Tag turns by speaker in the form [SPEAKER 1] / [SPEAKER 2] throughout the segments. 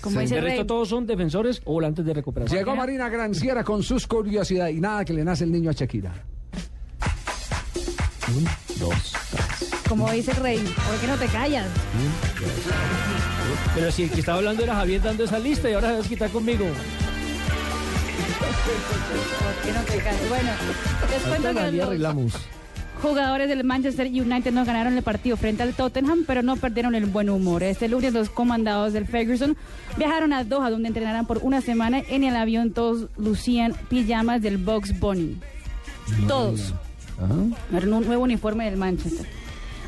[SPEAKER 1] Como
[SPEAKER 2] Sí.
[SPEAKER 1] ese
[SPEAKER 2] De
[SPEAKER 1] rey.
[SPEAKER 3] resto todos son defensores o volantes de recuperación.
[SPEAKER 2] Llegó Marina Granciera con sus curiosidades y nada que le nace el niño a Shakira.
[SPEAKER 1] Como dice el rey. ¿Por qué no te callas?
[SPEAKER 3] Pero si el que estaba hablando era Javier dando esa lista y ahora se vas a quitar conmigo.
[SPEAKER 1] ¿Por qué no te callas? Bueno, les cuento que
[SPEAKER 3] Ahí
[SPEAKER 1] los
[SPEAKER 3] arreglamos.
[SPEAKER 1] jugadores del Manchester United no ganaron el partido frente al Tottenham, pero no perdieron el buen humor. Este lunes los comandados del Ferguson viajaron a Doha, donde entrenarán por una semana. En el avión todos lucían pijamas del Box Bunny. Todos.
[SPEAKER 4] Ah.
[SPEAKER 2] Ah,
[SPEAKER 1] Era un nuevo uniforme del Manchester.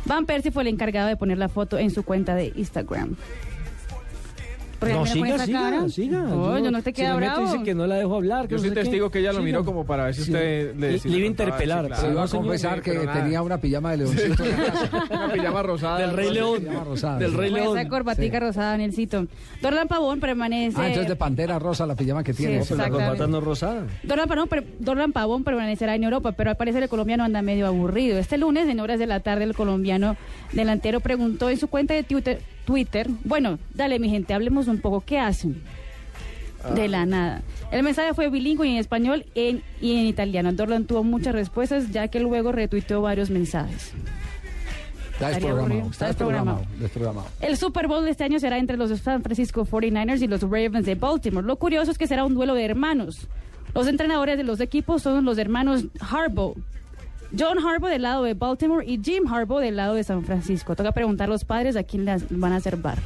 [SPEAKER 1] Van Persie fue el encargado de poner la foto en su cuenta de Instagram. Porque
[SPEAKER 3] No,
[SPEAKER 1] mira con
[SPEAKER 3] siga,
[SPEAKER 1] esa
[SPEAKER 3] siga,
[SPEAKER 1] cara.
[SPEAKER 3] siga.
[SPEAKER 1] No, yo no te
[SPEAKER 3] si
[SPEAKER 1] queda
[SPEAKER 3] la meto,
[SPEAKER 1] bravo.
[SPEAKER 3] dice que no la dejo hablar.
[SPEAKER 4] Yo
[SPEAKER 3] no
[SPEAKER 4] soy
[SPEAKER 3] sé qué.
[SPEAKER 4] testigo que ella lo
[SPEAKER 3] Siga.
[SPEAKER 4] miró como para ver si
[SPEAKER 3] Sí.
[SPEAKER 4] usted le,
[SPEAKER 3] Le-
[SPEAKER 4] si
[SPEAKER 3] le iba a
[SPEAKER 4] contaba,
[SPEAKER 3] interpelar,
[SPEAKER 4] sí,
[SPEAKER 3] Ah,
[SPEAKER 2] Se
[SPEAKER 4] claro.
[SPEAKER 2] iba
[SPEAKER 3] no,
[SPEAKER 2] a
[SPEAKER 3] señor,
[SPEAKER 2] confesar
[SPEAKER 4] eh,
[SPEAKER 2] que
[SPEAKER 4] pero nada.
[SPEAKER 2] tenía una pijama de leoncito. en la casa. Ah,
[SPEAKER 4] Una pijama rosada.
[SPEAKER 3] Del Rey
[SPEAKER 4] no sé,
[SPEAKER 3] León.
[SPEAKER 2] llama Rosada.
[SPEAKER 3] Del Rey
[SPEAKER 1] Con esa
[SPEAKER 3] León.
[SPEAKER 1] corbatica rosada en el sitio. Dorlan Pavón permanece.
[SPEAKER 2] Ah, entonces de pantera rosa la pijama que tiene.
[SPEAKER 1] Sí,
[SPEAKER 3] Pero la
[SPEAKER 1] Exactamente.
[SPEAKER 3] corbata no es rosada.
[SPEAKER 1] Dorlan Pavón, per- Dorlan Pavón permanecerá en Europa, pero al parecer el colombiano anda medio aburrido. Este lunes, en horas de la tarde, el colombiano delantero preguntó en su cuenta de Twitter, Twitter, bueno, dale mi gente, hablemos un poco, ¿qué hacen?
[SPEAKER 3] Ah.
[SPEAKER 1] De la nada. El mensaje fue bilingüe en español en- y en italiano. Dorlan tuvo muchas respuestas, ya que luego retuiteó varios mensajes.
[SPEAKER 2] Está
[SPEAKER 1] aburrido.
[SPEAKER 2] desprogramado.
[SPEAKER 1] Está
[SPEAKER 2] Está desprogramado.
[SPEAKER 1] desprogramado.
[SPEAKER 2] desprogramado.
[SPEAKER 1] El Super Bowl de este año será entre los San Francisco 49ers y los Ravens de Baltimore. Lo curioso es que será un duelo de hermanos. Los entrenadores de los equipos son los hermanos Harbaugh. John Harbaugh del lado de Baltimore y Jim Harbaugh del lado de San Francisco. Toca preguntar a los padres a quién las van a hacer bar.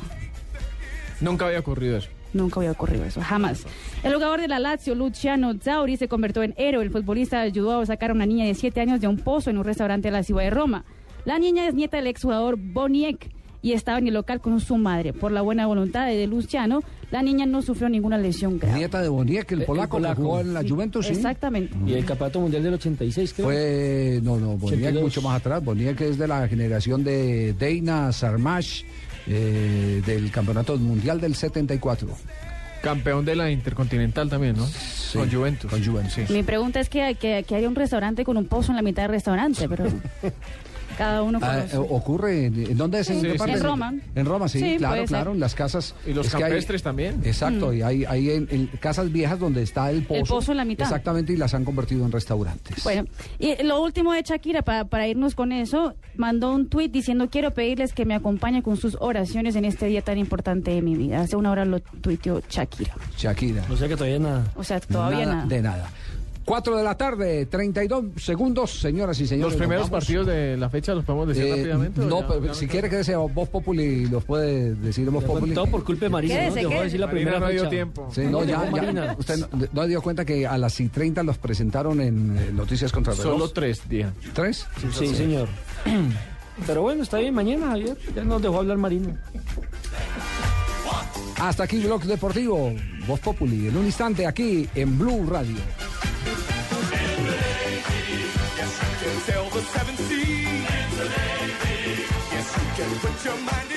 [SPEAKER 4] Nunca había ocurrido eso.
[SPEAKER 1] Nunca había ocurrido eso, jamás. El jugador de la Lazio, Luciano Zauri, se convirtió en héroe. El futbolista ayudó a sacar a una niña de 7 años de un pozo en un restaurante de la ciudad de Roma. La niña es nieta del exjugador Boniek y estaba en el local con su madre. Por la buena voluntad de Luciano, la niña no sufrió ninguna lesión grave.
[SPEAKER 2] Nieta de Boniek, Eh, el
[SPEAKER 3] El
[SPEAKER 2] polaco que
[SPEAKER 3] polaco.
[SPEAKER 2] jugó en la Juventus, sí.
[SPEAKER 1] Exactamente.
[SPEAKER 3] Y el campeonato mundial del 86, creo.
[SPEAKER 2] Fue, no, no, Boniek
[SPEAKER 3] 82.
[SPEAKER 2] mucho más atrás. Boniek es de la generación de Deina Sarmash, eh, del Campeonato Mundial del 74.
[SPEAKER 4] Campeón de la Intercontinental también, ¿no? Con Juventus.
[SPEAKER 2] Con Juventus.
[SPEAKER 4] Sí.
[SPEAKER 1] Mi pregunta es que, que, que hay un restaurante con un pozo en la mitad del restaurante, pero cada uno con
[SPEAKER 2] Ah, eh,
[SPEAKER 1] su-
[SPEAKER 2] ocurre, en, ¿en dónde es?
[SPEAKER 4] Sí,
[SPEAKER 2] qué
[SPEAKER 4] sí,
[SPEAKER 2] parte
[SPEAKER 4] sí.
[SPEAKER 2] del-
[SPEAKER 1] En Roma.
[SPEAKER 2] En Roma, sí,
[SPEAKER 1] Sí,
[SPEAKER 2] claro,
[SPEAKER 1] puede ser. Mm.
[SPEAKER 2] claro, en las casas.
[SPEAKER 4] Y los
[SPEAKER 2] es que hay-
[SPEAKER 4] campestres también.
[SPEAKER 2] Exacto, y hay, hay en, en casas viejas donde está el pozo.
[SPEAKER 1] pozo en la mitad.
[SPEAKER 2] Exactamente, y las han convertido en restaurantes.
[SPEAKER 1] Bueno, y lo último de Shakira, para, para irnos con eso, mandó un tuit diciendo quiero pedirles que me acompañen con sus oraciones en este día tan importante de mi vida. Hace una hora lo tuiteó Shakira.
[SPEAKER 2] Shakira.
[SPEAKER 3] O sea que todavía nada.
[SPEAKER 1] O sea, todavía
[SPEAKER 2] nada,
[SPEAKER 1] nada.
[SPEAKER 2] De nada. 4 de la tarde, 32 segundos, señoras y señores.
[SPEAKER 4] Los
[SPEAKER 2] nos
[SPEAKER 4] primeros
[SPEAKER 2] vamos.
[SPEAKER 4] partidos de la fecha los podemos decir
[SPEAKER 2] Eh,
[SPEAKER 4] rápidamente. o
[SPEAKER 2] no,
[SPEAKER 4] ya-
[SPEAKER 2] pero
[SPEAKER 4] ya
[SPEAKER 2] si
[SPEAKER 4] no-
[SPEAKER 2] quiere que sea Voz Populi, los puede decir Voz
[SPEAKER 3] Ya fue
[SPEAKER 2] Populi.
[SPEAKER 3] Todo por culpa de Marina.
[SPEAKER 1] Quédese,
[SPEAKER 3] ¿no? Dejó de
[SPEAKER 1] quédese.
[SPEAKER 3] decir la
[SPEAKER 4] Marina
[SPEAKER 3] primera
[SPEAKER 4] no dio
[SPEAKER 3] fecha.
[SPEAKER 4] tiempo.
[SPEAKER 2] Sí, no, ya,
[SPEAKER 3] Llegó
[SPEAKER 2] ya.
[SPEAKER 3] Marina.
[SPEAKER 2] Usted no, no dio cuenta que a las y 30 los presentaron en eh, Noticias contra el
[SPEAKER 4] Solo
[SPEAKER 2] Reloj.
[SPEAKER 4] tres días.
[SPEAKER 2] ¿Tres?
[SPEAKER 3] Sí, señor. Pero bueno, está bien, mañana Javier. Ya nos dejó hablar Marina.
[SPEAKER 2] Hasta aquí Blog Deportivo, Voz Populi, en un instante aquí en Blue Radio.
[SPEAKER 5] sail the seven seas. Yes, you can put your mind